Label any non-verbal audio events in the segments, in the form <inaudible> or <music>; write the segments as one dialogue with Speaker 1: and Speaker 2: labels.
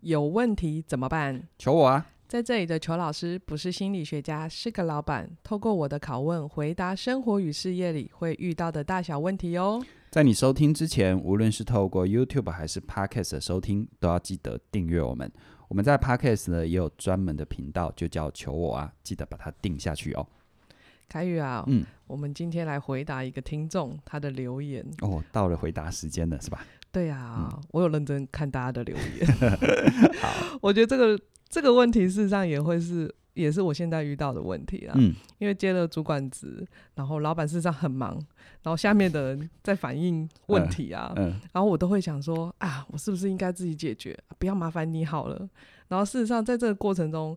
Speaker 1: 有问题怎么办？
Speaker 2: 求我啊！
Speaker 1: 在这里的裘老师不是心理学家，是个老板。透过我的拷问，回答生活与事业里会遇到的大小问题哦。
Speaker 2: 在你收听之前，无论是透过 YouTube 还是 Podcast 的收听，都要记得订阅我们。我们在 Podcast 呢也有专门的频道，就叫“求我啊”，记得把它定下去哦。
Speaker 1: 凯宇啊，
Speaker 2: 嗯，
Speaker 1: 我们今天来回答一个听众他的留言。
Speaker 2: 哦，到了回答时间了，是吧？
Speaker 1: 对啊，
Speaker 2: 嗯
Speaker 1: 我有认真看大家的留
Speaker 2: <laughs>
Speaker 1: 言。我觉得这个这个问题事实上也会是也是我现在遇到的问题啊。
Speaker 2: 嗯，
Speaker 1: 因为接了主管职，然后老板事实上很忙，然后下面的人在反映问题啊，
Speaker 2: 嗯
Speaker 1: 然后我都会想说啊，我是不是应该自己解决，不要麻烦你好了。然后事实上，在这个过程中，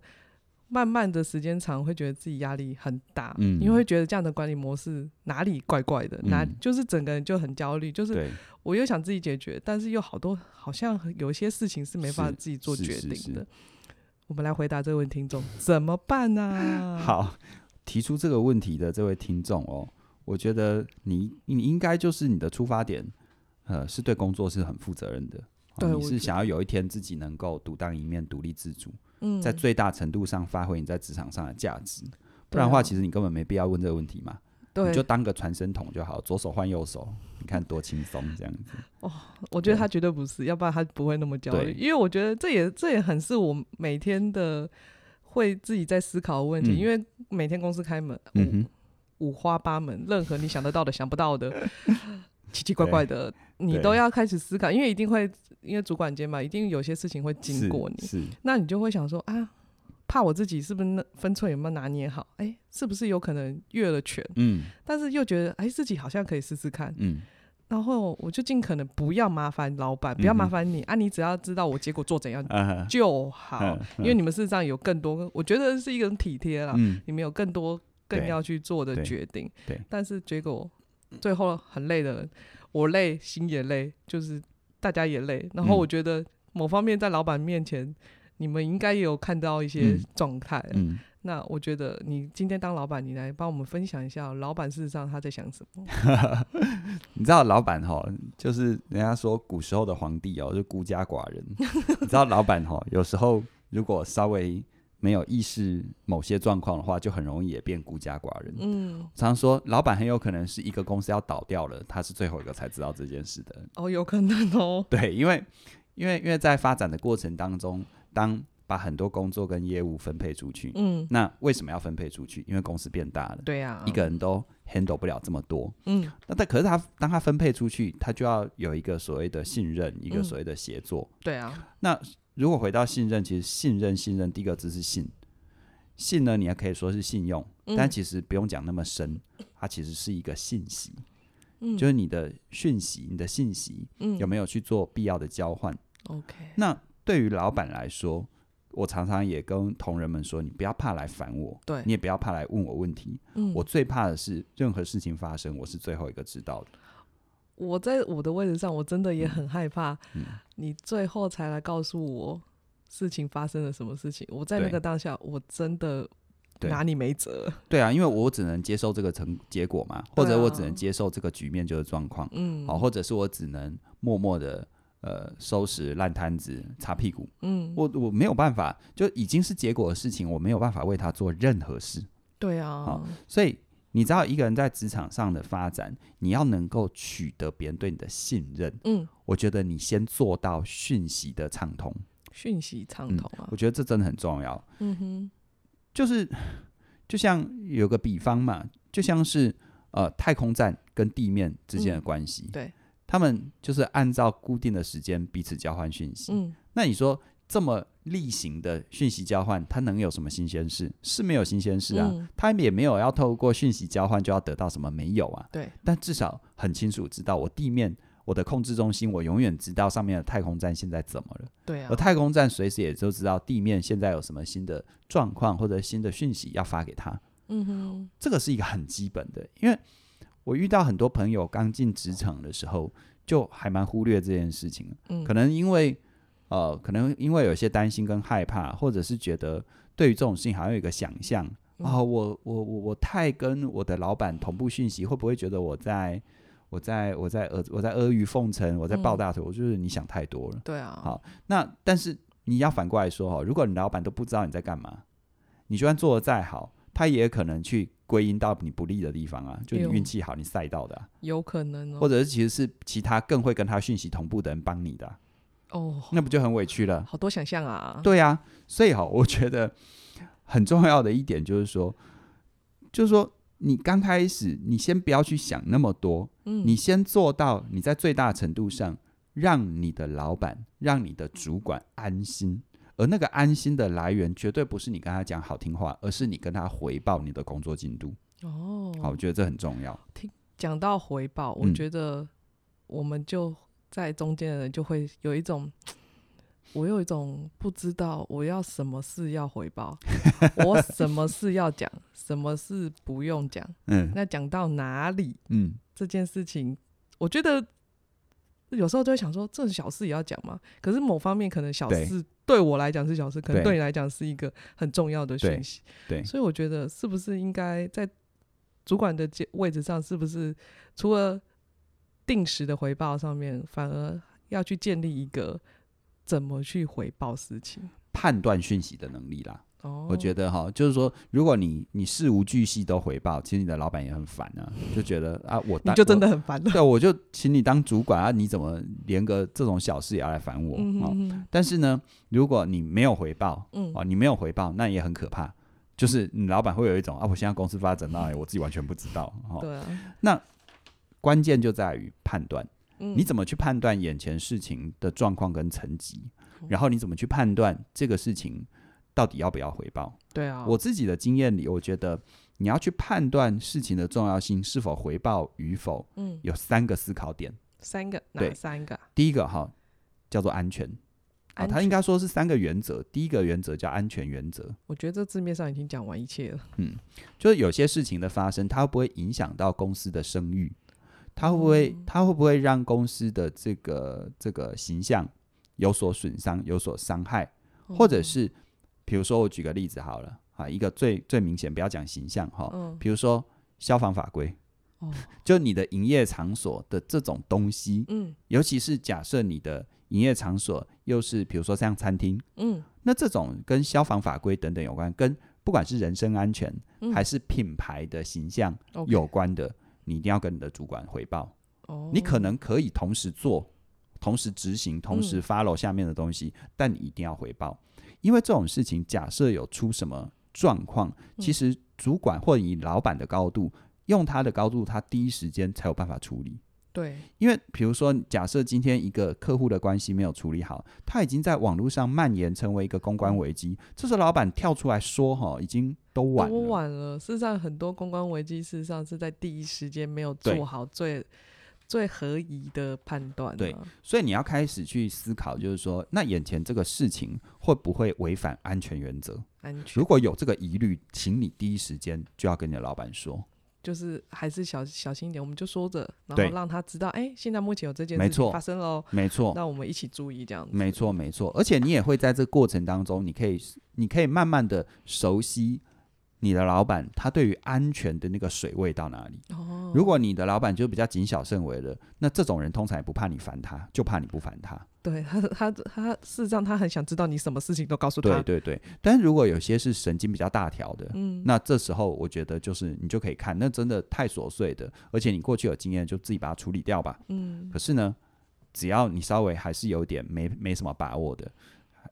Speaker 1: 慢慢的时间长，会觉得自己压力很大，
Speaker 2: 嗯
Speaker 1: 因为会觉得这样的管理模式哪里怪怪的，哪
Speaker 2: 嗯
Speaker 1: 就是整个人就很焦虑，就是
Speaker 2: 对，
Speaker 1: 我又想自己解决，但是又好多好像有一些事情是没办法
Speaker 2: 是
Speaker 1: 自己做
Speaker 2: 是
Speaker 1: 决
Speaker 2: 是
Speaker 1: 定的。
Speaker 2: 是
Speaker 1: 我们来回答这位听众，怎么办啊呢、
Speaker 2: <laughs> 好，提出这个问题的这位听众哦，我觉得你你应该就是你的出发点，呃，是对工作是很负责任的。哦
Speaker 1: 对
Speaker 2: 你
Speaker 1: 我觉
Speaker 2: 是
Speaker 1: 得
Speaker 2: 想要有一天自己能够独当一面、独立自主，
Speaker 1: 嗯，
Speaker 2: 在最大程度上发挥你在职场上的价值。不
Speaker 1: 对
Speaker 2: 然的话，
Speaker 1: 啊
Speaker 2: 其实你根本没必要问这个问题嘛，
Speaker 1: 对
Speaker 2: 你就当个传声筒就好，左手换右手，你看多轻松这样子。
Speaker 1: 我觉得
Speaker 2: 对
Speaker 1: 他绝对不是，要不然他不会那么焦虑
Speaker 2: 对。
Speaker 1: 因为我觉得这也这也很是我每天的会自己在思考的问题，
Speaker 2: 嗯
Speaker 1: 因为每天公司开门，
Speaker 2: 嗯哼，
Speaker 1: 五五花八门，任何你想得到的、想不到
Speaker 2: <laughs>
Speaker 1: 的、奇奇怪怪的，你
Speaker 2: 对
Speaker 1: 都要开始思考，因为一定会，因为主管间嘛，一定有些事情会经
Speaker 2: 是
Speaker 1: 过你，
Speaker 2: 是，
Speaker 1: 那你就会想说啊，怕我自己是不是那分寸有没有拿捏好？哎、是不是有可能越了权？
Speaker 2: 嗯
Speaker 1: 但是又觉得哎、自己好像可以试试看。
Speaker 2: 嗯，
Speaker 1: 然后我就尽可能不要麻烦老板，不要麻烦你、啊，你只要知道我结果做怎样
Speaker 2: 啊，
Speaker 1: 就好
Speaker 2: 嗯，
Speaker 1: 因为你们事实上有更多，我觉得是一种体贴啦，
Speaker 2: 嗯，
Speaker 1: 你们有更多
Speaker 2: 对
Speaker 1: 更要去做的
Speaker 2: 对
Speaker 1: 决定，
Speaker 2: 对
Speaker 1: 但是结果最后很累的人，我累，心也累，就是大家也累，然后
Speaker 2: 嗯
Speaker 1: 我觉得某方面在老板面前。你们应该也有看到一些
Speaker 2: 嗯
Speaker 1: 状态，啊
Speaker 2: 嗯，
Speaker 1: 那我觉得你今天当老板，你来帮我们分享一下，老板事实上他在想什么？
Speaker 2: 你知道老板哈，就是人家说古时候的皇帝哦，就孤家寡
Speaker 1: <laughs>
Speaker 2: 人。你知道老板哈，有时候如果稍微没有意识某些状况的话，就很容易也变孤家寡人。
Speaker 1: 嗯，
Speaker 2: 常说，老板很有可能是一个公司要倒掉了，他是最后一个才知道这件事的。
Speaker 1: 哦，有可能哦，
Speaker 2: <laughs> 对，因为因为因为在发展的过程当中，当把很多工作跟业务分配出去，
Speaker 1: 嗯，
Speaker 2: 那为什么要分配出去？因为公司变大了，
Speaker 1: 对啊呀、
Speaker 2: 一个，人都 handle 不了这么多。
Speaker 1: 嗯
Speaker 2: 那但可是他当他分配出去，他就要有一个所谓的信任，一个
Speaker 1: 嗯
Speaker 2: 所谓的协作。
Speaker 1: 对啊，
Speaker 2: 如果回到信任，其实信任信任第一个字是信，信呢你也可以说是信用，
Speaker 1: 嗯
Speaker 2: 但其实不用讲那么深，它其实是一个信息，
Speaker 1: 嗯，
Speaker 2: 就是你的讯息、你的信息
Speaker 1: 嗯
Speaker 2: 有没有去做必要的交换。
Speaker 1: OK，
Speaker 2: 那对于老板来说，我常常也跟同仁们说，你不要怕来烦我，
Speaker 1: 对
Speaker 2: 你也不要怕来问我问题。
Speaker 1: 嗯
Speaker 2: 我最怕的是任何事情发生，我是最后一个知道的。
Speaker 1: 我在我的位置上，我真的
Speaker 2: 嗯
Speaker 1: 也很害怕，你最后才来告诉我事情发生了什么事情，我在那
Speaker 2: 对
Speaker 1: 个当下，我真的
Speaker 2: 对
Speaker 1: 拿你没辙，
Speaker 2: 对啊，因为我只能接受这个成结果嘛，或者我只能接受这个局面就是状况，
Speaker 1: 啊
Speaker 2: 哦
Speaker 1: 嗯，
Speaker 2: 好、或者是我只能默默的呃收拾烂摊子、擦屁股。
Speaker 1: 嗯，
Speaker 2: 我我没有办法，就已经是结果的事情，我没有办法为他做任何事。
Speaker 1: 对啊
Speaker 2: 好，所以你知道，一个人在职场上的发展，你要能够取得别人对你的信任，
Speaker 1: 嗯，
Speaker 2: 我觉得你先做到讯息的畅通，
Speaker 1: 讯息畅通啊
Speaker 2: 嗯我，觉得这真的很重要。
Speaker 1: 嗯哼，
Speaker 2: 就是就像有个比方嘛，就像是呃太空站跟地面之间的关系、
Speaker 1: 对，
Speaker 2: 他们就是按照固定的时间彼此交换讯息。
Speaker 1: 嗯，
Speaker 2: 那你说这么例行的讯息交换，它能有什么新鲜事？是没有新鲜事啊，
Speaker 1: 嗯
Speaker 2: 它也没有要透过讯息交换就要得到什么，没有啊。
Speaker 1: 对，
Speaker 2: 但至少很清楚知道我地面。我的控制中心，我永远知道上面的太空站现在怎么了。
Speaker 1: 对啊
Speaker 2: 而，太空站随时也就知道地面现在有什么新的状况或者新的讯息要发给他。
Speaker 1: 嗯哼，
Speaker 2: 这个是一个很基本的，因为我遇到很多朋友刚进职场的时候，就还蛮忽略这件事情的，
Speaker 1: 嗯，
Speaker 2: 可能因为呃，可能因为有些担心跟害怕，或者是觉得对于这种事情好像有一个想象
Speaker 1: 嗯
Speaker 2: 啊、我我我我太跟我的老板同步讯息，会不会觉得我在我在
Speaker 1: 嗯
Speaker 2: 我在阿我在阿谀奉承，我在抱大腿？我就是你想太多了。
Speaker 1: 对啊，
Speaker 2: 好那但是你要反过来说哈，如果你老板都不知道你在干嘛，你就算做的再好，他也可能去归因到你不利的地方啊，就你
Speaker 1: 哎呦
Speaker 2: 运气好，你赛到的啊、
Speaker 1: 有可能
Speaker 2: 或
Speaker 1: 哦。
Speaker 2: 者是其实是其他更会跟他讯息同步的人帮你的啊、
Speaker 1: 哦，
Speaker 2: 那不就很委屈了？
Speaker 1: 好多想象啊。
Speaker 2: 对啊，所以哈，我觉得很重要的一点就是说，就是说你刚开始，你先不要去想那么多，
Speaker 1: 嗯，
Speaker 2: 你先做到你在最大程度上让你的老板、让你的主管安心。而那个安心的来源，绝对不是你跟他讲好听话，而是你跟他回报你的工作进度。
Speaker 1: 哦，
Speaker 2: 好，我觉得这很重要。
Speaker 1: 讲到回报，我
Speaker 2: 嗯
Speaker 1: 觉得我们就在中间的人就会有一种，我有一种不知道我要什么事要回报， <laughs> 我什么事要讲，什么事不用讲。
Speaker 2: 嗯
Speaker 1: 那讲到哪里
Speaker 2: 嗯，
Speaker 1: 这件事情，我觉得有时候就会想说，这种小事也要讲嘛。可是某方面可能小
Speaker 2: 对
Speaker 1: 事对我来讲是小事，可能对
Speaker 2: 对
Speaker 1: 你来讲是一个很重要的
Speaker 2: 对
Speaker 1: 讯息。
Speaker 2: 对
Speaker 1: 所以我觉得是不是应该在主管的阶位置上，是不是除了定时的回报上面，反而要去建立一个怎么去回报事情？
Speaker 2: 判断讯息的能力啦。
Speaker 1: 哦，
Speaker 2: 我觉
Speaker 1: 得
Speaker 2: 得哈，就是说，如果你你事无巨细都回报，其实你的老板也很烦啊，就觉得啊，我哦
Speaker 1: 你
Speaker 2: 当
Speaker 1: 就真
Speaker 2: 我
Speaker 1: 的很烦
Speaker 2: <laughs>
Speaker 1: 了。
Speaker 2: 对，我就请你当主管啊，你怎么连个这种小事也要来烦我、
Speaker 1: 嗯
Speaker 2: 哦？
Speaker 1: 哼哼
Speaker 2: 但是呢，如果你没有回报
Speaker 1: 嗯，
Speaker 2: 哦，你没有回报，那也很可怕，就是你老板会有一种啊，我现在公司发展到哪里，我自己完全不知道哦。
Speaker 1: 对啊，
Speaker 2: 关键就在于判断。
Speaker 1: 嗯
Speaker 2: 你怎么去判断眼前事情的状况跟层级，
Speaker 1: 哦
Speaker 2: 然后你怎么去判断这个事情到底要不要回报？
Speaker 1: 对啊，
Speaker 2: 我自己的经验里，我觉得你要去判断事情的重要性是否回报与否，
Speaker 1: 嗯
Speaker 2: 有三个思考点。
Speaker 1: 三个
Speaker 2: 对
Speaker 1: 哪三个啊？
Speaker 2: 第一个哈叫做安全，啊，
Speaker 1: 安
Speaker 2: 它
Speaker 1: 全
Speaker 2: 应该说是三个原则。第一个原则叫安全原则，嗯
Speaker 1: 我觉得这字面上已经讲完一切了。
Speaker 2: 就是有些事情的发生，它会不会影响到公司的声誉？它会不会
Speaker 1: 嗯
Speaker 2: 它会不会让公司的这个这个形象有所损伤、有所伤害？
Speaker 1: 嗯
Speaker 2: 或者是比如说我举个例子好了啊，一个最最明显，不要讲形象哈，
Speaker 1: 嗯，
Speaker 2: 比如说消防法规，
Speaker 1: 哦，
Speaker 2: 就你的营业场所的这种东西，
Speaker 1: 嗯
Speaker 2: 尤其是假设你的营业场所又是比如说像餐厅，
Speaker 1: 嗯
Speaker 2: 那这种跟消防法规等等有关，跟不管是人身安全
Speaker 1: 嗯，
Speaker 2: 还是品牌的形象
Speaker 1: OK
Speaker 2: 有关的，你一定要跟你的主管汇报。
Speaker 1: 哦，嗯
Speaker 2: 你可能可以同时做、同时执行、同时 follow 下面的东西，但你一定要回报，因为这种事情假设有出什么状况，
Speaker 1: 嗯
Speaker 2: 其实主管或以老板的高度，用他的高度，他第一时间才有办法处理。
Speaker 1: 对
Speaker 2: 因为比如说，假设今天一个客户的关系没有处理好，他已经在网络上蔓延成为一个公关危机，这时候老板跳出来说：“哈，已经都晚
Speaker 1: 多
Speaker 2: 了。
Speaker 1: 嗯晚了。事实上，很多公关危机事实上是在第一时间没有
Speaker 2: 对
Speaker 1: 做好最最合宜的判断、啊。
Speaker 2: 对所以你要开始去思考，就是说，那眼前这个事情会不会违反安全原则？
Speaker 1: 安全
Speaker 2: 如果有这个疑虑，请你第一时间就要跟你的老板说。
Speaker 1: 就是还是小小心一点，我们就说着，然
Speaker 2: 对
Speaker 1: 后让他知道，哎、现在目前有这件
Speaker 2: 没
Speaker 1: 事情
Speaker 2: 错
Speaker 1: 发生喽，
Speaker 2: 没错，
Speaker 1: 那我们一起注意这样子。
Speaker 2: 没错，没错。而且你也会在这过程当中，你可以，你可以慢慢的熟悉你的老板他对于安全的那个水位到哪里。
Speaker 1: 哦，
Speaker 2: 如果你的老板就比较谨小慎微的，那这种人通常也不怕你烦他，就怕你不烦他。
Speaker 1: 对 <laughs> 他他他事实上他很想知道你什么事情都告诉
Speaker 2: 对
Speaker 1: 他。
Speaker 2: 对对。但如果有些是神经比较大条的，
Speaker 1: 嗯，
Speaker 2: 那这时候我觉得就是你就可以看，那真的太琐碎的，而且你过去有经验，就自己把它处理掉吧。
Speaker 1: 嗯
Speaker 2: 可是呢，只要你稍微还是有点没没什么把握的，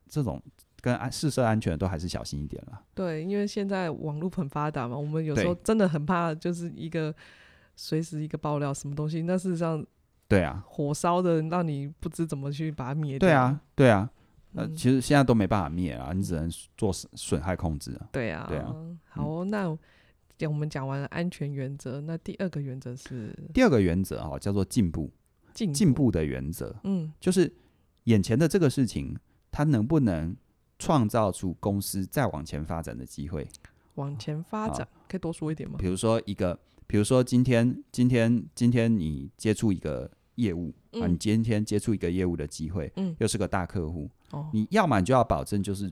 Speaker 2: 这种跟安试射安全的都还是小心一点啦。
Speaker 1: 对，因为现在网络很发达嘛，我们有时
Speaker 2: 对
Speaker 1: 候真的很怕，就是一个随时一个爆料什么东西，那事实上
Speaker 2: 对啊，
Speaker 1: 火烧的让你不知怎么去把它灭掉。
Speaker 2: 对啊，对啊。那、
Speaker 1: 嗯，
Speaker 2: 其实现在都没办法灭啊，你只能做损损害控制啊。
Speaker 1: 对啊，
Speaker 2: 对啊
Speaker 1: 好哦、那我们讲完了安全原则，那第二个原则是
Speaker 2: 第二个原则哈、叫做进步，
Speaker 1: 进
Speaker 2: 进，步的原则
Speaker 1: 嗯，
Speaker 2: 就是眼前的这个事情，它能不能创造出公司再往前发展的机会？
Speaker 1: 往前发展，可以多说一点吗？
Speaker 2: 比如说一个，比如说今天今天今天你接触一个业务、啊，
Speaker 1: 嗯
Speaker 2: 你今天接触一个业务的机会，
Speaker 1: 嗯
Speaker 2: 又是个大客户，
Speaker 1: 哦，
Speaker 2: 你要么你就要保证就是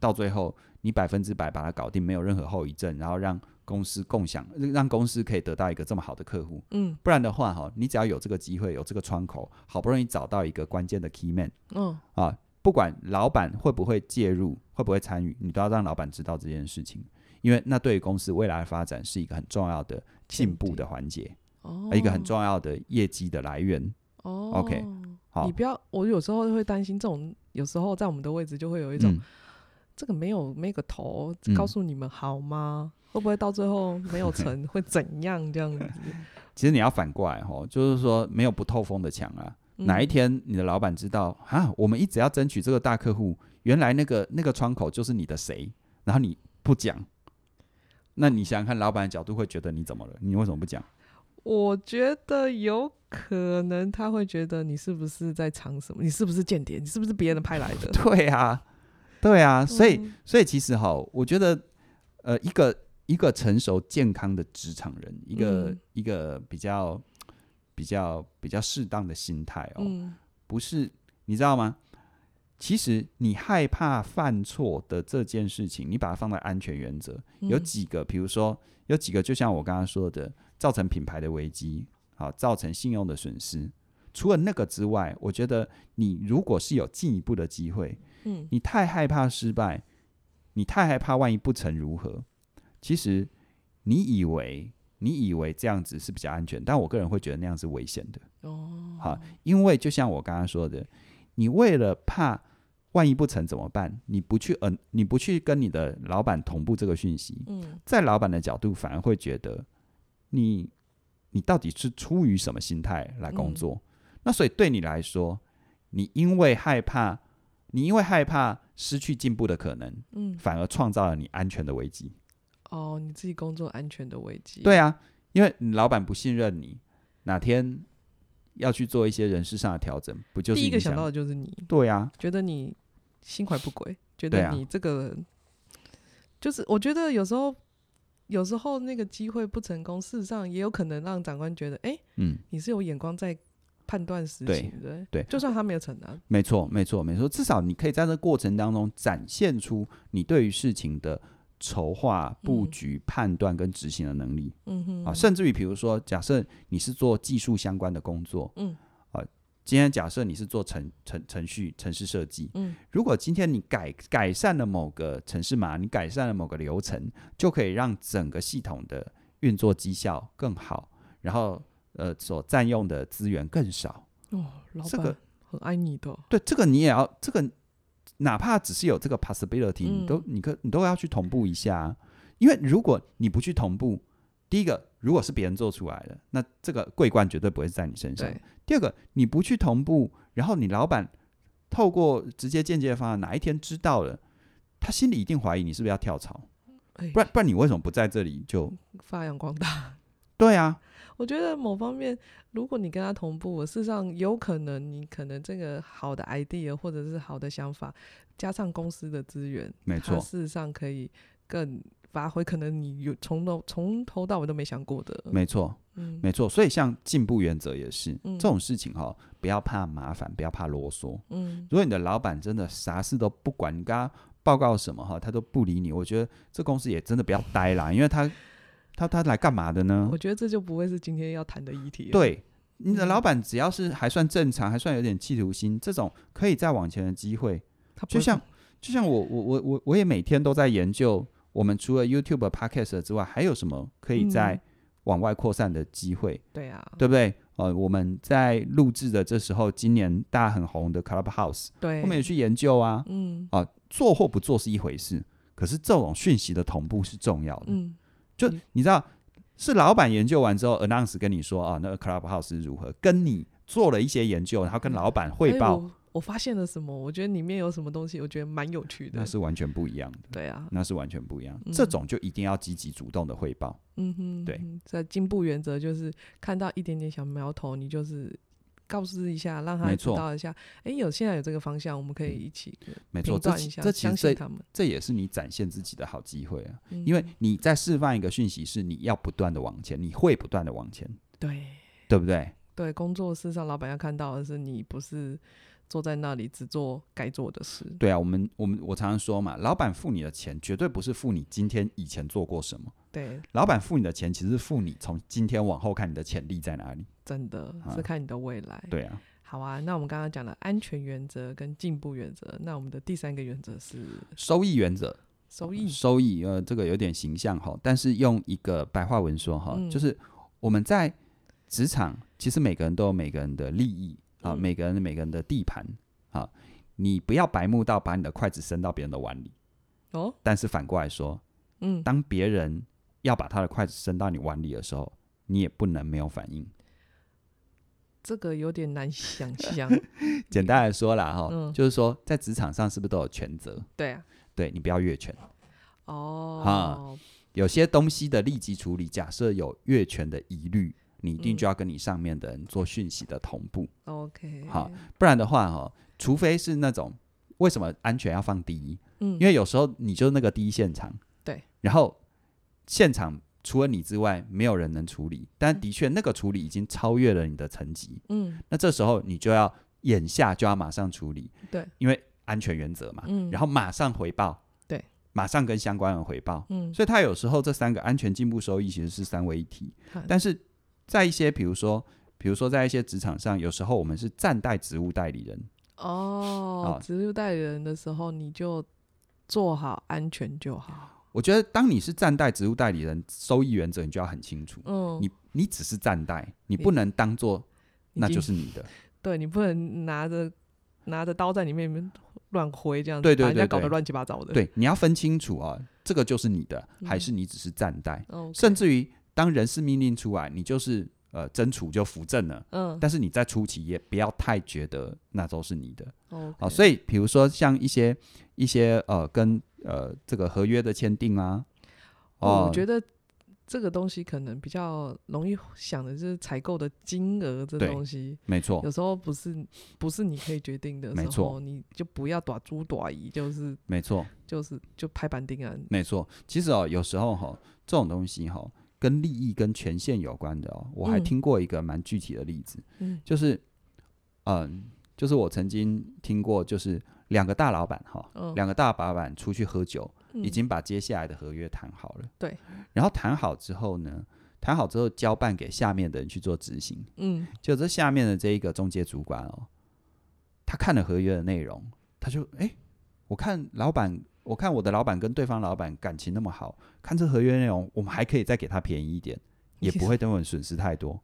Speaker 2: 到最后你百分之百把它搞定，没有任何后遗症，然后让公司共享，让公司可以得到一个这么好的客户。
Speaker 1: 嗯
Speaker 2: 不然的话，哈，你只要有这个机会，有这个窗口，好不容易找到一个关键的 key man
Speaker 1: 嗯
Speaker 2: 啊，不管老板会不会介入，会不会参与，你都要让老板知道这件事情，因为那对于公司未来的发展是一个很重要的进
Speaker 1: 前
Speaker 2: 步
Speaker 1: 提
Speaker 2: 的环节，
Speaker 1: 哦，
Speaker 2: 一个很重要的业绩的来源。
Speaker 1: 哦
Speaker 2: OK，好
Speaker 1: 你不要，我有时候会担心这种，有时候在我们的位置就会有一种、
Speaker 2: 嗯，
Speaker 1: 这个没有没个头
Speaker 2: 嗯，
Speaker 1: 告诉你们好吗？会不会到最后没有
Speaker 2: <laughs>
Speaker 1: 成会怎样这样子？嗯
Speaker 2: 其实你要反过来哈，就是说没有不透风的墙啊。
Speaker 1: 嗯
Speaker 2: 哪一天你的老板知道啊，我们一直要争取这个大客户，原来那个那个窗口就是你的谁，然后你不讲，那你想想看，老板的角度会觉得你怎么了？你为什么不讲？
Speaker 1: 我觉得有可能他会觉得你是不是在藏什么？你是不是间谍？你是不是别人派来的？
Speaker 2: 对啊，对啊， <laughs> 所以
Speaker 1: 嗯
Speaker 2: 所以其实哈，我觉得呃，一个一个成熟健康的职场人，一个、
Speaker 1: 嗯
Speaker 2: 一个比较比较比较适当的心态哦，
Speaker 1: 嗯
Speaker 2: 不是，你知道吗？其实你害怕犯错的这件事情，你把它放在安全原则，有
Speaker 1: 嗯
Speaker 2: 几个，比如说有几个，就像我刚刚说的，造成品牌的危机，好，造成信用的损失。除了那个之外，我觉得你如果是有进一步的机会，
Speaker 1: 嗯
Speaker 2: 你太害怕失败，你太害怕万一不成如何，其实你以为你以为这样子是比较安全，但我个人会觉得那样是危险的。
Speaker 1: 哦
Speaker 2: 好，因为就像我刚刚说的，你为了怕万一不成怎么办，你不去嗯、你不去跟你的老板同步这个讯息，
Speaker 1: 嗯
Speaker 2: 在老板的角度反而会觉得你你到底是出于什么心态来工
Speaker 1: 嗯
Speaker 2: 作？那所以对你来说，你因为害怕，你因为害怕失去进步的可能，
Speaker 1: 嗯
Speaker 2: 反而创造了你安全的危机。
Speaker 1: 哦，你自己工作安全的危机。
Speaker 2: 对啊，因为你老板不信任你，哪天要去做一些人事上的调整，不就是
Speaker 1: 第一个
Speaker 2: 影响
Speaker 1: 想到的就是你，
Speaker 2: 对啊，
Speaker 1: 觉得你心怀不轨，觉
Speaker 2: 对
Speaker 1: 得
Speaker 2: 啊
Speaker 1: 你这个人、就是我觉得有时候有时候那个机会不成功，事实上也有可能让长官觉得，哎、
Speaker 2: 嗯，
Speaker 1: 你是有眼光在判断事情的、
Speaker 2: 对
Speaker 1: 就算他没有成啊，
Speaker 2: 没错，没错，没错。至少你可以在这过程当中展现出你对于事情的筹划、布
Speaker 1: 嗯
Speaker 2: 局、判断跟执行的能力、
Speaker 1: 嗯哼，
Speaker 2: 啊。甚至于，比如说，假设你是做技术相关的工作，
Speaker 1: 嗯，
Speaker 2: 啊，今天假设你是做程程程序、程式设计，
Speaker 1: 嗯，
Speaker 2: 如果今天你改改善了某个程式码，你改善了某个流程，就可以让整个系统的运作绩效更好，然后呃，所占用的资源更少。
Speaker 1: 哦，老
Speaker 2: 这个
Speaker 1: 板很爱你的哦，
Speaker 2: 对，这个你也要，这个哪怕只是有这个 possibility，、你都
Speaker 1: 嗯
Speaker 2: 你可你都要去同步一下啊、因为如果你不去同步，第一个，如果是别人做出来的，那这个桂冠绝对不会是啊在你身上；
Speaker 1: 对，
Speaker 2: 第二个，你不去同步，然后你老板透过直接间接的方案，哪一天知道了，他心里一定怀疑你是不是要跳槽，
Speaker 1: 哎
Speaker 2: 不然不然你为什么不在这里就？
Speaker 1: 发扬光大。 <laughs>
Speaker 2: 对啊，
Speaker 1: 我觉得某方面，如果你跟他同步，事实上有可能你可能这个好的 idea 或者是好的想法，加上公司的资源，
Speaker 2: 没
Speaker 1: 它
Speaker 2: 错
Speaker 1: 事实上可以更发挥，可能你有从头从头到尾都没想过的，
Speaker 2: 没错，
Speaker 1: 嗯，
Speaker 2: 没错。所以像进步原则也是、
Speaker 1: 嗯
Speaker 2: 这种事情哈、不要怕麻烦，不要怕啰嗦。
Speaker 1: 嗯，
Speaker 2: 如果你的老板真的啥事都不管，你跟他报告什么哈，他都不理你，我觉得这公司也真的不要待啦，因为他他他来干嘛的呢
Speaker 1: 我？觉得这就不会是今天要谈的议题了，
Speaker 2: 嗯对，你的
Speaker 1: 嗯
Speaker 2: 老板只要是还算正常，还算有点企图心，这种可以再往前的机会，
Speaker 1: 它不会，
Speaker 2: 就像就像我我我我我也每天都在研究，我们除了 YouTube、Podcast 之外，还有什么可以
Speaker 1: 嗯
Speaker 2: 再往外扩散的机会？
Speaker 1: 对啊，
Speaker 2: 对不对？呃，我们在录制的这时候，今年大家很红的 Clubhouse，
Speaker 1: 对，
Speaker 2: 我们也去研究啊。
Speaker 1: 嗯
Speaker 2: 做或不做是一回事，可是这种讯息的同步是重要的。
Speaker 1: 嗯
Speaker 2: 就
Speaker 1: 你
Speaker 2: 你知道，是老板研究完之后，announce 跟你说啊，那个 Clubhouse 是如何，跟你做了一些研究，然后跟老板汇
Speaker 1: 哎
Speaker 2: 报，
Speaker 1: 我我发现了什么？我觉得里面有什么东西，我觉得蛮有趣的
Speaker 2: 那。是完全不一样的。
Speaker 1: 对啊，
Speaker 2: 那是完全不一样，
Speaker 1: 嗯
Speaker 2: 这种就一定要积极主动的汇报。
Speaker 1: 嗯哼，
Speaker 2: 对
Speaker 1: 嗯，在进步原则就是看到一点点小苗头，你就是告知一下，让他
Speaker 2: 没
Speaker 1: 知
Speaker 2: 错
Speaker 1: 道一下，哎，有现在有这个方向，我们可以一起
Speaker 2: 没错，
Speaker 1: 评
Speaker 2: 这
Speaker 1: 断一
Speaker 2: 其
Speaker 1: 下，
Speaker 2: 这其
Speaker 1: 相
Speaker 2: 实
Speaker 1: 信
Speaker 2: 这
Speaker 1: 他们，
Speaker 2: 这也是你展现自己的好机会啊，
Speaker 1: 嗯
Speaker 2: 因为你在释放一个讯息，是你要不断的往前，你会不断的往前，
Speaker 1: 对
Speaker 2: 对不对？
Speaker 1: 对，工作室上老板要看到的是你不是坐在那里只做该做的事，
Speaker 2: 对啊，我们我们我常常说嘛，老板付你的钱，绝对不是付你今天以前做过什么，
Speaker 1: 对，
Speaker 2: 老板付你的钱，其实是付你从今天往后看你的潜力在哪里。
Speaker 1: 真的
Speaker 2: 啊
Speaker 1: 是看你的未来。
Speaker 2: 对啊，
Speaker 1: 好啊，那我们刚刚讲的安全原则跟进步原则，那我们的第三个原则是
Speaker 2: 收益原则，
Speaker 1: 收益。
Speaker 2: 收益，呃，这个有点形象哈，但是用一个白话文说哈，
Speaker 1: 嗯
Speaker 2: 就是我们在职场，其实每个人都有每个人的利益啊，
Speaker 1: 嗯
Speaker 2: 每个人每个人的地盘啊，你不要白目到把你的筷子伸到别人的碗里，
Speaker 1: 哦，
Speaker 2: 但是反过来说，
Speaker 1: 嗯，
Speaker 2: 当别人要把他的筷子伸到你碗里的时候，你也不能没有反
Speaker 1: <laughs>
Speaker 2: 应。
Speaker 1: 这个有点难想象。
Speaker 2: 简单来说啦哈，
Speaker 1: 嗯
Speaker 2: 就是说在职场上是不是都有权责？
Speaker 1: 对啊，
Speaker 2: 对你不要越权。
Speaker 1: 哦，
Speaker 2: 有些东西的立即处理，假设有越权的疑虑，你一定
Speaker 1: 嗯
Speaker 2: 就要跟你上面的人做讯息的同步，
Speaker 1: OK，
Speaker 2: 好，不然的话哈、除非是那种为什么安全要放第一？
Speaker 1: 嗯，
Speaker 2: 因为有时候你就是那个第一现场，
Speaker 1: 对，
Speaker 2: 然后现场除了你之外，没有人能处理，但的确那个处理已经超越了你的层级，
Speaker 1: 嗯，
Speaker 2: 那这时候你就要眼下就要马上处理，
Speaker 1: 对，
Speaker 2: 因为安全原则嘛，
Speaker 1: 嗯
Speaker 2: 然后马上回报，
Speaker 1: 对，
Speaker 2: 马上跟相关人回报，
Speaker 1: 嗯，
Speaker 2: 所以它有时候这三个安全、进步、收益其实是三位一体。
Speaker 1: 好
Speaker 2: 但是在一些，比如说，比如说在一些职场上，有时候我们是暂代职务代理人，
Speaker 1: 哦
Speaker 2: 好，
Speaker 1: 植入代理人的时候，你就做好安全就好。
Speaker 2: 我觉得当你是暂代职务代理人，收益原则你就要很清楚，
Speaker 1: 嗯，
Speaker 2: 你你只是暂代，你
Speaker 1: 你
Speaker 2: 不能当做
Speaker 1: 你
Speaker 2: 那
Speaker 1: 进
Speaker 2: 就是你的。
Speaker 1: 对你不能拿着拿着刀在里面乱挥这样子，
Speaker 2: 对对
Speaker 1: 把人家
Speaker 2: 对
Speaker 1: 搞得
Speaker 2: 对
Speaker 1: 乱七八糟的。
Speaker 2: 对，你要分清楚啊，这个就是你的，还
Speaker 1: 嗯
Speaker 2: 是你只是暂代？
Speaker 1: 哦，
Speaker 2: 甚至于当人事命令出来，你就是呃真处就扶正了。
Speaker 1: 嗯，
Speaker 2: 但是你在初期也不要太觉得那都是你的，
Speaker 1: 哦
Speaker 2: 啊，所以比如说像一些一些呃跟呃这个合约的签订啊，
Speaker 1: 哦，我
Speaker 2: 哦
Speaker 1: 觉得这个东西可能比较容易想的就是采购的金额这
Speaker 2: 对
Speaker 1: 东西，
Speaker 2: 没错
Speaker 1: 有，时候不是不是你可以决定的
Speaker 2: 没
Speaker 1: 时
Speaker 2: 错
Speaker 1: 候，你就不要打猪打姨，就是
Speaker 2: 没错，
Speaker 1: 就是就拍板定案。
Speaker 2: 没错。其实哦，有时候哈、这种东西哈、跟利益跟权限有关的哦，我还
Speaker 1: 嗯
Speaker 2: 听过一个蛮具体的例子，
Speaker 1: 嗯
Speaker 2: 就是嗯、就是我曾经听过，就是两个大老板哈、
Speaker 1: 嗯
Speaker 2: 两个大老板出去喝酒，已
Speaker 1: 嗯
Speaker 2: 经把接下来的合约谈好了，
Speaker 1: 对，
Speaker 2: 然后谈好之后呢，谈好之后交办给下面的人去做执行。
Speaker 1: 嗯
Speaker 2: 就这下面的这一个中介主管哦，他看了合约的内容，他就哎，我看老板，我看我的老板跟对方老板感情那么好，看这合约内容，我们还可以再给他便宜一点，也不会对我们损失太多。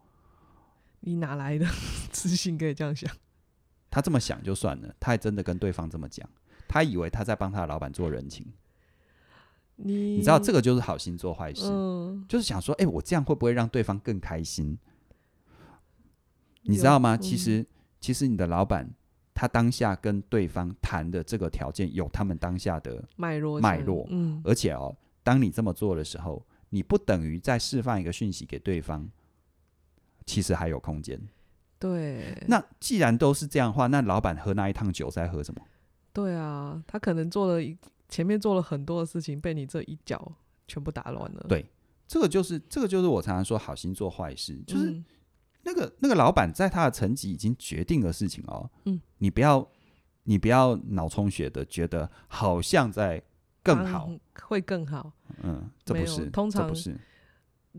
Speaker 1: 你哪来的自信可以这样想？
Speaker 2: 他这么想就算了，他还真的跟对方这么讲，他以为他在帮他的老板做人情，
Speaker 1: 你
Speaker 2: 你知道这
Speaker 1: 个
Speaker 2: 个就是好心做坏事，
Speaker 1: 嗯，
Speaker 2: 就是想说，哎，我这样会不会让对方更开心？你知
Speaker 1: 有
Speaker 2: 道吗？
Speaker 1: 嗯
Speaker 2: 其实，其实你的老板他当下跟对方谈的这个条件有他们当下的，
Speaker 1: 脉络
Speaker 2: 脉
Speaker 1: 上
Speaker 2: 络
Speaker 1: 嗯
Speaker 2: 而且哦，当你这么做的时候，你不等于在释放一个讯息给对方，其实还有空间。
Speaker 1: 对，
Speaker 2: 那既然都是这样的话，那老板喝那一趟酒在喝什么？
Speaker 1: 对啊，他可能做了一前面做了很多的事情，被你这一脚全部打乱了。
Speaker 2: 对这个就是这个就是我常常说好心做坏事，就是
Speaker 1: 嗯
Speaker 2: 那个那个老板在他的层级已经决定的事情哦，
Speaker 1: 嗯，
Speaker 2: 你不要你不要脑充血的觉得好像在更好，
Speaker 1: 当会更好。
Speaker 2: 嗯，这
Speaker 1: 没
Speaker 2: 不
Speaker 1: 有
Speaker 2: 是，
Speaker 1: 通
Speaker 2: 这
Speaker 1: 常
Speaker 2: 不是，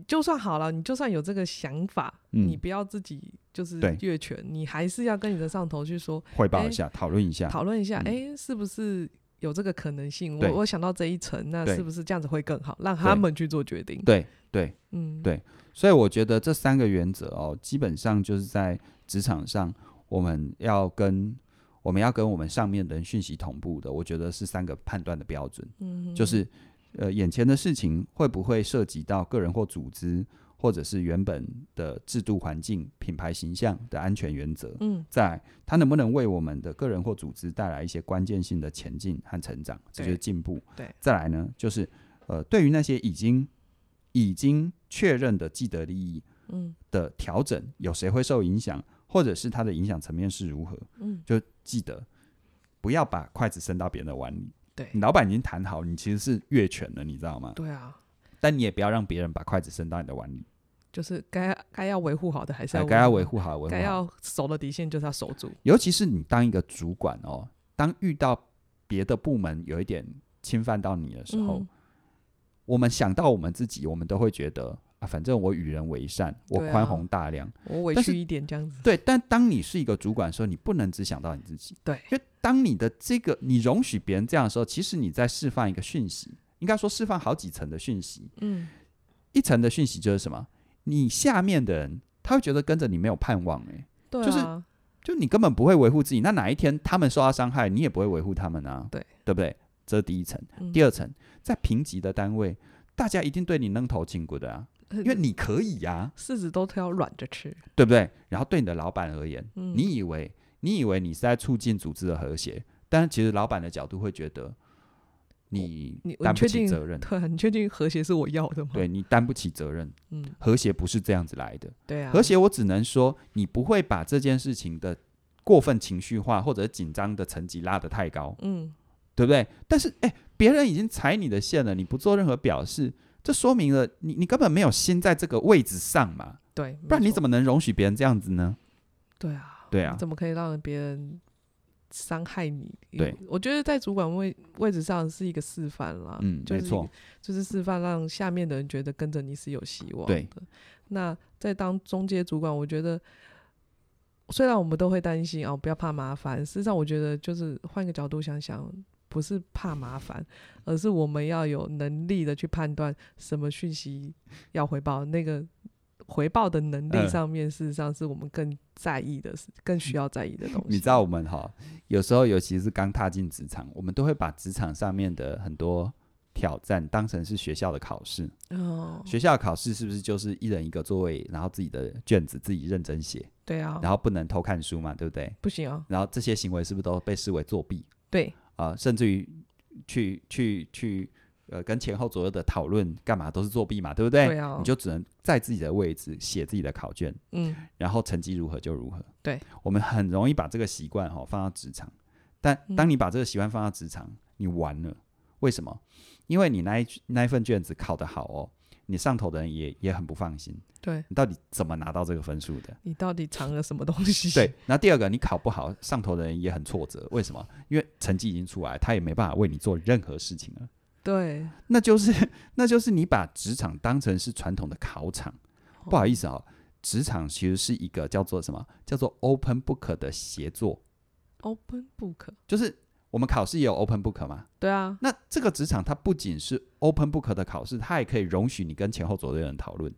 Speaker 1: 就算好了，你就算有这个想法，
Speaker 2: 嗯
Speaker 1: 你不要自己就是
Speaker 2: 对
Speaker 1: 越权，你还是要跟你的上头去说，
Speaker 2: 汇报
Speaker 1: 哎
Speaker 2: 一下，讨论一下，
Speaker 1: 讨论一下，
Speaker 2: 嗯
Speaker 1: 哎、是不是有这个可能性？
Speaker 2: 对
Speaker 1: 我我想到这一层，那
Speaker 2: 对
Speaker 1: 是不是这样子会更好？让他
Speaker 2: 对
Speaker 1: 们去做决定。，
Speaker 2: 对对，
Speaker 1: 嗯，
Speaker 2: 对所以我觉得这三个原则哦，基本上就是在职场上我们要跟我们要跟我们上面的人讯息同步的，我觉得是三个判断的标准。
Speaker 1: 嗯，
Speaker 2: 就是呃，眼前的事情会不会涉及到个人或组织，或者是原本的制度环境、品牌形象的安全原则，
Speaker 1: 嗯，
Speaker 2: 再来它能不能为我们的个人或组织带来一些关键性的前进和成长，这就是
Speaker 1: 对
Speaker 2: 进步。
Speaker 1: 对
Speaker 2: 再来呢，就是呃，对于那些已经已经确认的既得利益
Speaker 1: 嗯
Speaker 2: 的调整，有谁会受影响，或者是它的影响层面是如何，
Speaker 1: 嗯，
Speaker 2: 就记得。不要把筷子伸到别人的碗里，
Speaker 1: 对
Speaker 2: 你，老板已经谈好，你其实是越权了，你知道吗？
Speaker 1: 对啊，
Speaker 2: 但你也不要让别人把筷子伸到你的碗里，
Speaker 1: 就是该该要维护好的还是
Speaker 2: 哎
Speaker 1: 要
Speaker 2: 该要维
Speaker 1: 护
Speaker 2: 护好，
Speaker 1: 好，
Speaker 2: 维护
Speaker 1: 该
Speaker 2: 好。
Speaker 1: 要守的底线就是要守住。
Speaker 2: 尤其是你当一个主管哦，当遇到别的部门有一点侵犯到你的时候，
Speaker 1: 嗯
Speaker 2: 我们想到我们自己，我们都会觉得啊，反正我与人为善，我
Speaker 1: 对啊
Speaker 2: 宽宏大量。
Speaker 1: 我委
Speaker 2: 但是
Speaker 1: 屈一点这样子，
Speaker 2: 对，但当你是一个主管的时候，你不能只想到你自己。
Speaker 1: 对
Speaker 2: 因为当你的这个你容许别人这样的时候，其实你在释放一个讯息，应该说释放好几层的讯息。
Speaker 1: 嗯，
Speaker 2: 一层的讯息就是什么？你下面的人他会觉得跟着你没有盼望、欸，
Speaker 1: 对啊，
Speaker 2: 就是就你根本不会维护自己，那哪一天他们受到伤害，你也不会维护他们啊，
Speaker 1: 对
Speaker 2: 对不对？这是第一层，
Speaker 1: 嗯
Speaker 2: 第二层，在评级的单位，大家一定对你扔头轻骨的啊，因为你可以呀、
Speaker 1: 呃柿子都挑软着吃，
Speaker 2: 对不对？然后对你的老板而言，
Speaker 1: 嗯，
Speaker 2: 你以为你以为你是在促进组织的和谐，但是其实老板的角度会觉得你
Speaker 1: 哦你你
Speaker 2: 担不
Speaker 1: 确
Speaker 2: 起
Speaker 1: 定 <laughs>
Speaker 2: 责任，
Speaker 1: 对啊，你确定和谐是我要的吗？，
Speaker 2: 对你担不起责任，
Speaker 1: 嗯，
Speaker 2: 和谐不是这样子来的。
Speaker 1: 对啊，
Speaker 2: 和谐，我只能说，你不会把这件事情的过分情绪化或者紧张的层级拉得太高，
Speaker 1: 嗯，
Speaker 2: 对不对？但是，哎，别人已经踩你的线了，你不做任何表示，这说明了你你根本没有心在这个位置上嘛，
Speaker 1: 对，
Speaker 2: 不然你怎
Speaker 1: 么
Speaker 2: 么能容许别人这样子呢？
Speaker 1: 对啊？
Speaker 2: 对
Speaker 1: 你
Speaker 2: 啊，
Speaker 1: 怎么可以让别人伤害你？
Speaker 2: 对，
Speaker 1: 我觉得在主管位位置上是一个示范啦，
Speaker 2: 嗯，
Speaker 1: 就
Speaker 2: 没
Speaker 1: 是一
Speaker 2: 错
Speaker 1: 个，就是示范让下面的人觉得跟着你是有希望
Speaker 2: 对
Speaker 1: 的。那在当中介主管，我觉得虽然我们都会担心哦，不要怕麻烦，事实上我觉得就是换个角度想想。不是怕麻烦，而是我们要有能力的去判断什么讯息要回报，那个回报的能力
Speaker 2: 嗯
Speaker 1: 上面，事实上是我们更在意的，是更需要在意的东西。
Speaker 2: 你知道我们哈，有时候尤其是刚踏进职场，我们都会把职场上面的很多挑战当成是学校的考试。
Speaker 1: 哦，
Speaker 2: 学校考试是不是就是一人一个座位，然后自己的卷子自己认真写，
Speaker 1: 对啊，
Speaker 2: 然后不能偷看书嘛，对不对？
Speaker 1: 不行啊，
Speaker 2: 然后这些行为是不是都被视为作弊
Speaker 1: 对，
Speaker 2: 啊、甚至于去去去呃跟前后左右的讨论干嘛都是作弊嘛，对不对？
Speaker 1: 对啊
Speaker 2: 你就只能在自己的位置写自己的考卷，
Speaker 1: 嗯，
Speaker 2: 然后成绩如何就如何。
Speaker 1: 对，
Speaker 2: 我们很容易把这个习惯哈、哦、放到职场，但
Speaker 1: 嗯
Speaker 2: 当你把这个习惯放到职场，你完了。为什么？因为你那一那一份卷子考得好哦，你上头的人也也很不放心，
Speaker 1: 对
Speaker 2: 你到底怎么拿到这个分数的？
Speaker 1: 你到底藏了什么东西？
Speaker 2: 对，那第二个，你考不好，上头的人也很挫折。为什么？因为成绩已经出来，他也没办法为你做任何事情了。
Speaker 1: 对，
Speaker 2: 那就是 <laughs> 那就是你把职场当成是传统的考场。不好意
Speaker 1: 思，
Speaker 2: 思啊、哦，职场其实是一个叫做什么？叫做 open book 的协作，
Speaker 1: 哦 Open Book，
Speaker 2: 就是我们考试也有 open book 嘛。
Speaker 1: 对啊，
Speaker 2: 那这个职场它不仅是 open book 的考试，它也可以容许你跟前后左右的人讨论。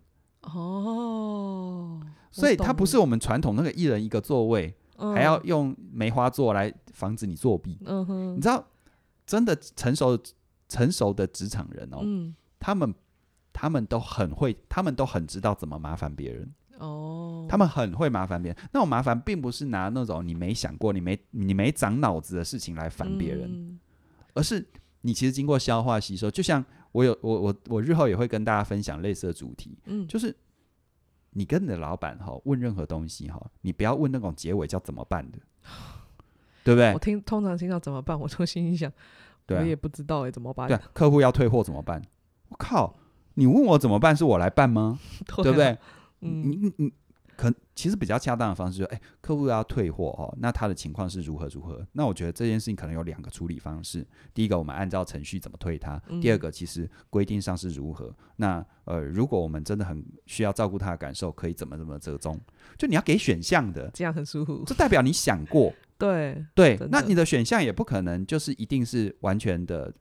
Speaker 1: 哦，
Speaker 2: 所以
Speaker 1: 我懂嗯
Speaker 2: 它不是
Speaker 1: 了
Speaker 2: 我们传统那个一人一个座位，还要，用梅花座来防止你作弊。
Speaker 1: 嗯嗯
Speaker 2: 你
Speaker 1: 哼，
Speaker 2: 知道，真的成熟成熟的职场人哦，
Speaker 1: 嗯，
Speaker 2: 他们他们都很会，他们都很知道怎么麻烦别人，
Speaker 1: 哦，
Speaker 2: 他们很会麻烦别人。那种麻烦并不是拿那种你没想过、你没你没长脑子的事情来烦别人，
Speaker 1: 嗯
Speaker 2: 而是你其实经过消化吸收。就像我有我我我日后也会跟大家分享类似的主题，
Speaker 1: 嗯，
Speaker 2: 就是。你跟你的老板哈、问任何东西哈、你不要问那种结尾叫怎么办的，对不对
Speaker 1: 我？听通常听到怎么办，我就心里想，
Speaker 2: 对啊、
Speaker 1: 我也不知道哎，怎么办？
Speaker 2: 对啊，客户要退货怎么办？我靠，你问我怎么办，是我来
Speaker 1: <laughs>
Speaker 2: 办吗？
Speaker 1: 对
Speaker 2: 对不对
Speaker 1: 啊？？嗯
Speaker 2: 你你你，可其实比较恰当的方式就是，哎，客户要退货哦，那他的情况是如何如何？那我觉得这件事情可能有两个处理方式，第一个我们按照程序怎么退他，第二
Speaker 1: 嗯
Speaker 2: 个其实规定上是如何。那呃，如果我们真的很需要照顾他的感受，可以怎么怎么折中？就你要给选项的，
Speaker 1: 这样很舒服，
Speaker 2: 这代表你想过。
Speaker 1: 对，
Speaker 2: 对
Speaker 1: 真，
Speaker 2: 那
Speaker 1: 的
Speaker 2: 你的选项也不可能就是一定是完全的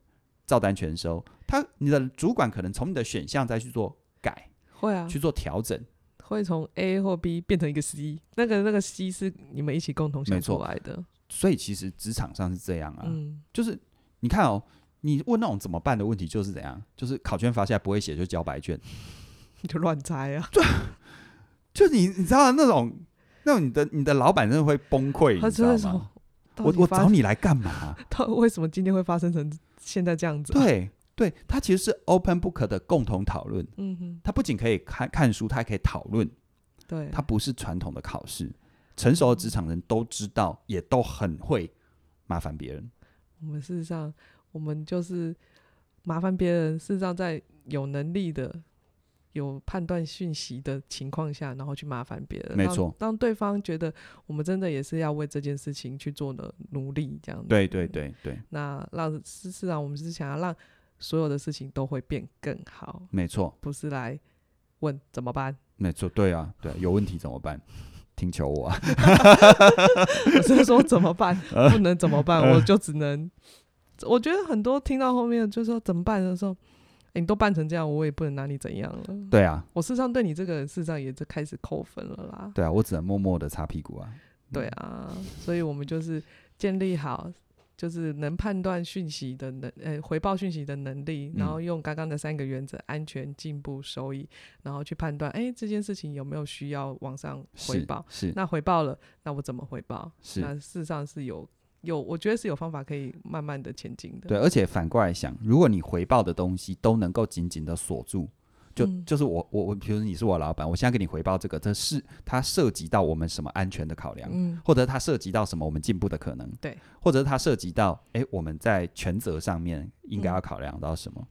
Speaker 2: 照单全收，他你的主管可能从你的选项再去做改、
Speaker 1: 会啊，
Speaker 2: 去做调整，
Speaker 1: 会从 A 或 B 变成一个 C，那个那个 C 是你们一起共同想
Speaker 2: 没错
Speaker 1: 出来的，
Speaker 2: 所以其实职场上是这样啊，
Speaker 1: 嗯，
Speaker 2: 就是你看哦，你问那种怎么办的问题就是怎样，就是考卷发下来不会写就交白卷，
Speaker 1: 就乱猜啊，
Speaker 2: 就你你知道那种那种你的你的老板真的会崩溃，
Speaker 1: 他
Speaker 2: 你知
Speaker 1: 真的
Speaker 2: 道
Speaker 1: 是
Speaker 2: 吗？
Speaker 1: 到
Speaker 2: 我
Speaker 1: 底
Speaker 2: 我
Speaker 1: 发
Speaker 2: 找你来
Speaker 1: <laughs>
Speaker 2: 干嘛？啊
Speaker 1: 到为什么今天会发生成现在这样子、啊？，
Speaker 2: 对对，它其实是 open book 的共同讨论，
Speaker 1: 嗯哼，
Speaker 2: 它不仅可以看看书，它还可以讨论。
Speaker 1: 对，
Speaker 2: 它不是传统的考试，成熟的职场人都知道，也都很会麻烦别人。
Speaker 1: 我们事实上，我们就是麻烦别人，事实上在有能力的、有判断讯息的情况下，然后去麻烦别人，
Speaker 2: 没
Speaker 1: 让
Speaker 2: 错
Speaker 1: 让对方觉得我们真的也是要为这件事情去做的努力，这样子。
Speaker 2: 对对对对，
Speaker 1: 那让事实上，我们是想要让所有的事情都会变更好，
Speaker 2: 没错，
Speaker 1: 不是来问怎么办？
Speaker 2: 没错，对啊，对啊有问题怎么办？请求我啊！ <laughs>
Speaker 1: 我是说怎么办？不能怎么办？我就只能，我觉得很多听到后面就是说怎么办的时候，诶你都办成这样，我也不能拿你怎样了。
Speaker 2: 对啊，
Speaker 1: 我事实上对你这个人事实上也就开始扣分了啦。
Speaker 2: 对啊，我只能默默的擦屁股啊。
Speaker 1: 对啊，所以我们就是建立好，就是能判断讯息的能，呃，回报讯息的能力，然后用刚刚的三个原则——安全、进步、收益，然后去判断，哎，这件事情有没有需要往上回
Speaker 2: 是
Speaker 1: 报？
Speaker 2: 是
Speaker 1: 那回报了，那我怎么回报？
Speaker 2: 是
Speaker 1: 那事实上是有有，我觉得是有方法可以慢慢的前进的。
Speaker 2: 对，而且反过来想，如果你回报的东西都能够紧紧的锁住，就、
Speaker 1: 嗯
Speaker 2: 就是我我我，比如你是我老板，我现在给你回报这个，这是它涉及到我们什么安全的考量，
Speaker 1: 嗯，
Speaker 2: 或者它涉及到什么我们进步的可能，
Speaker 1: 对，
Speaker 2: 或者它涉及到诶我们在权责上面应该要考量到什么，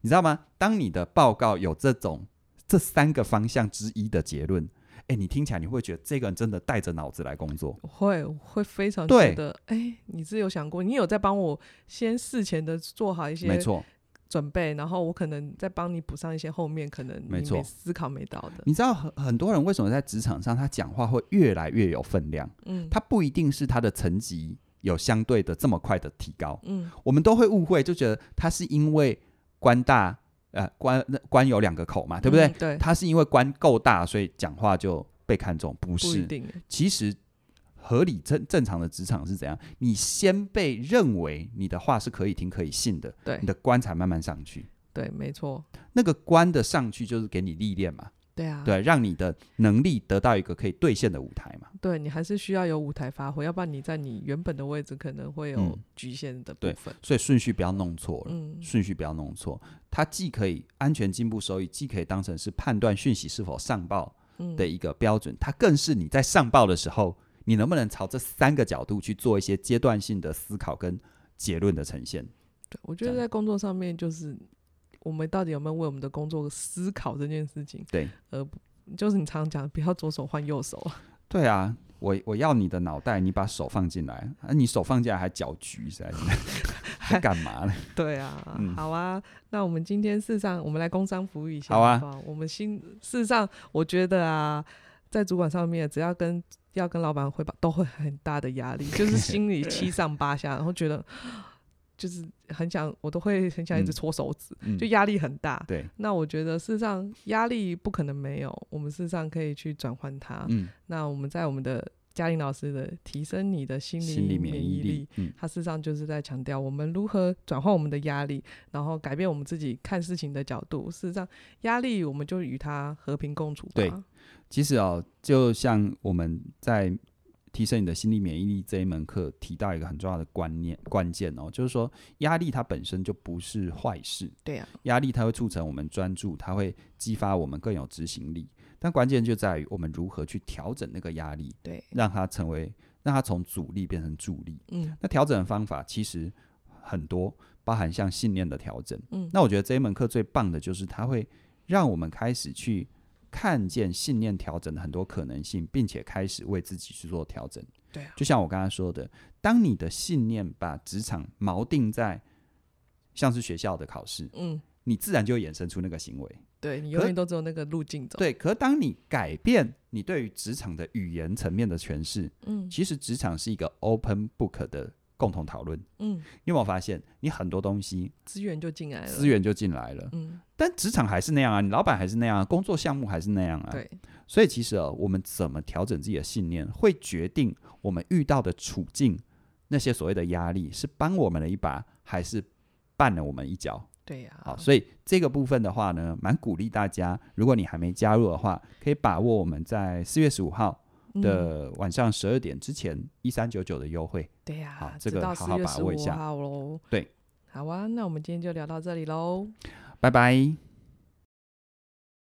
Speaker 2: 你知道吗？当你的报告有这种这三个方向之一的结论，诶，你听起来你会觉得这个人真的带着脑子来工作，
Speaker 1: 会我会非常
Speaker 2: 对
Speaker 1: 觉得，哎，你是有想过，你有在帮我先事前的做好一些
Speaker 2: 没错。
Speaker 1: 准备，然后我可能再帮你补上一些后面可能你
Speaker 2: 没错
Speaker 1: 思考没到的。
Speaker 2: 你知道很很多人为什么在职场上他讲话会越来越有分量？
Speaker 1: 嗯，
Speaker 2: 它不一定是它的层级有相对的这么快的提高，
Speaker 1: 嗯
Speaker 2: 我们都会误会，就觉得它是因为官大呃官官有两个口嘛，对不对
Speaker 1: 嗯？对，
Speaker 2: 它是因为官够大，所以讲话就被看重，不
Speaker 1: 不
Speaker 2: 是
Speaker 1: 一？定。
Speaker 2: 其实合理正正常的职场是怎样？你先被认为你的话是可以听可以信的，
Speaker 1: 对
Speaker 2: 你的官才慢慢上去。
Speaker 1: 对，没错，
Speaker 2: 那个官的上去就是给你历练嘛，
Speaker 1: 对啊，
Speaker 2: 对，让你的能力得到一个可以兑现的舞台嘛。
Speaker 1: 对你还是需要有舞台发挥，要不然你在你原本的位置可能会有
Speaker 2: 嗯
Speaker 1: 局限的部
Speaker 2: 对
Speaker 1: 分。
Speaker 2: 所以顺序不要弄错了。
Speaker 1: 嗯，
Speaker 2: 顺序不要弄错。它既可以安全进步收益，既可以当成是判断讯息是否上报
Speaker 1: 嗯
Speaker 2: 的，一个标准，它更是你在上报的时候，你能不能朝这三个角度去做一些阶段性的思考跟结论的呈现。
Speaker 1: 对，我觉得
Speaker 2: 这样
Speaker 1: 在工作上面就是我们到底有没有为我们的工作思考这件事情，
Speaker 2: 对，
Speaker 1: 而不就是你常讲不要左手换右手 <laughs> 啊，
Speaker 2: 对啊。我我要你的脑袋，你把手放进来，啊，你手放进来还搅局，实在是 <laughs> 在干嘛呢？
Speaker 1: 对啊，
Speaker 2: 嗯
Speaker 1: 好啊，那我们今天事实上，我们来工商服务一下，
Speaker 2: 好啊
Speaker 1: 不好？我们新事实上，我觉得啊，在主管上面，只要跟要跟老板汇报，都会很大的压力，就是心
Speaker 2: <laughs>
Speaker 1: 里七上八下，然后觉得 <gasps> 就是很想，我都会很想一直
Speaker 2: 嗯
Speaker 1: 搓手指，
Speaker 2: <laughs> 嗯
Speaker 1: 就，压力很大。
Speaker 2: 对，
Speaker 1: 那我觉得事实上压力不可能没有，我们事实上可以去转换它。
Speaker 2: 嗯，
Speaker 1: 那我们在我们的嘉玲老师的提升你的心理
Speaker 2: 心理免
Speaker 1: 免
Speaker 2: 疫
Speaker 1: 疫
Speaker 2: 力，嗯，
Speaker 1: 他事实上就是在强调我们如何转换我们的压力，然后改变我们自己看事情的角度。事实上，压力我们就与它和平共处吧。
Speaker 2: 对其实哦，就像我们在提升你的心理免疫力这一门课提到一个很重要的观念关键哦，就是说压力它本身就不是坏事，
Speaker 1: 对啊呀、
Speaker 2: 压力它会促成我们专注，它会激发我们更有执行力。但关键就在于我们如何去调整那个压力，
Speaker 1: 对，
Speaker 2: 让它成为让它从阻力变成助力。
Speaker 1: 嗯
Speaker 2: 那调整的方法其实很多，包含像信念的调整。
Speaker 1: 嗯
Speaker 2: 那我觉得这一门课最棒的就是它会让我们开始去看见信念调整的很多可能性，并且开始为自己去做调整。
Speaker 1: 对啊
Speaker 2: 就像我刚才说的，当你的信念把职场锚定在像是学校的考试，
Speaker 1: 嗯，
Speaker 2: 你自然就会衍生出那个行为。
Speaker 1: 对你
Speaker 2: 可
Speaker 1: 永远都只有那个路径走。，
Speaker 2: 对，可是当你改变你对于职场的语言层面的诠释，
Speaker 1: 嗯
Speaker 2: 其实职场是一个 open book 的共同讨论。
Speaker 1: 嗯，
Speaker 2: 你有没有发现，你很多东西
Speaker 1: 资源就进来了。
Speaker 2: 资源就进来了，
Speaker 1: 哎嗯，
Speaker 2: 但职场还是那样啊，你老板还是那样、啊，工作项目还是那样啊。
Speaker 1: 对，
Speaker 2: 所以其实啊，我们怎么调整自己的信念，会决定我们遇到的处境，那些所谓的压力是帮我们了一把，还是绊了我们一脚。
Speaker 1: 对呀、
Speaker 2: 好，所以这个部分的话呢，蛮鼓励大家，如果你还没加入的话，可以把握我们在四月十五号
Speaker 1: 嗯
Speaker 2: 的晚上十二点之前一三九九的优惠。
Speaker 1: 对呀、
Speaker 2: 好这
Speaker 1: 直
Speaker 2: 个
Speaker 1: 到
Speaker 2: 好
Speaker 1: 四
Speaker 2: 好
Speaker 1: 月
Speaker 2: 把
Speaker 1: 十
Speaker 2: 握一
Speaker 1: 五
Speaker 2: 下
Speaker 1: 号喽。
Speaker 2: 对，
Speaker 1: 好啊，那我们今天就聊到这里喽。
Speaker 2: 拜拜。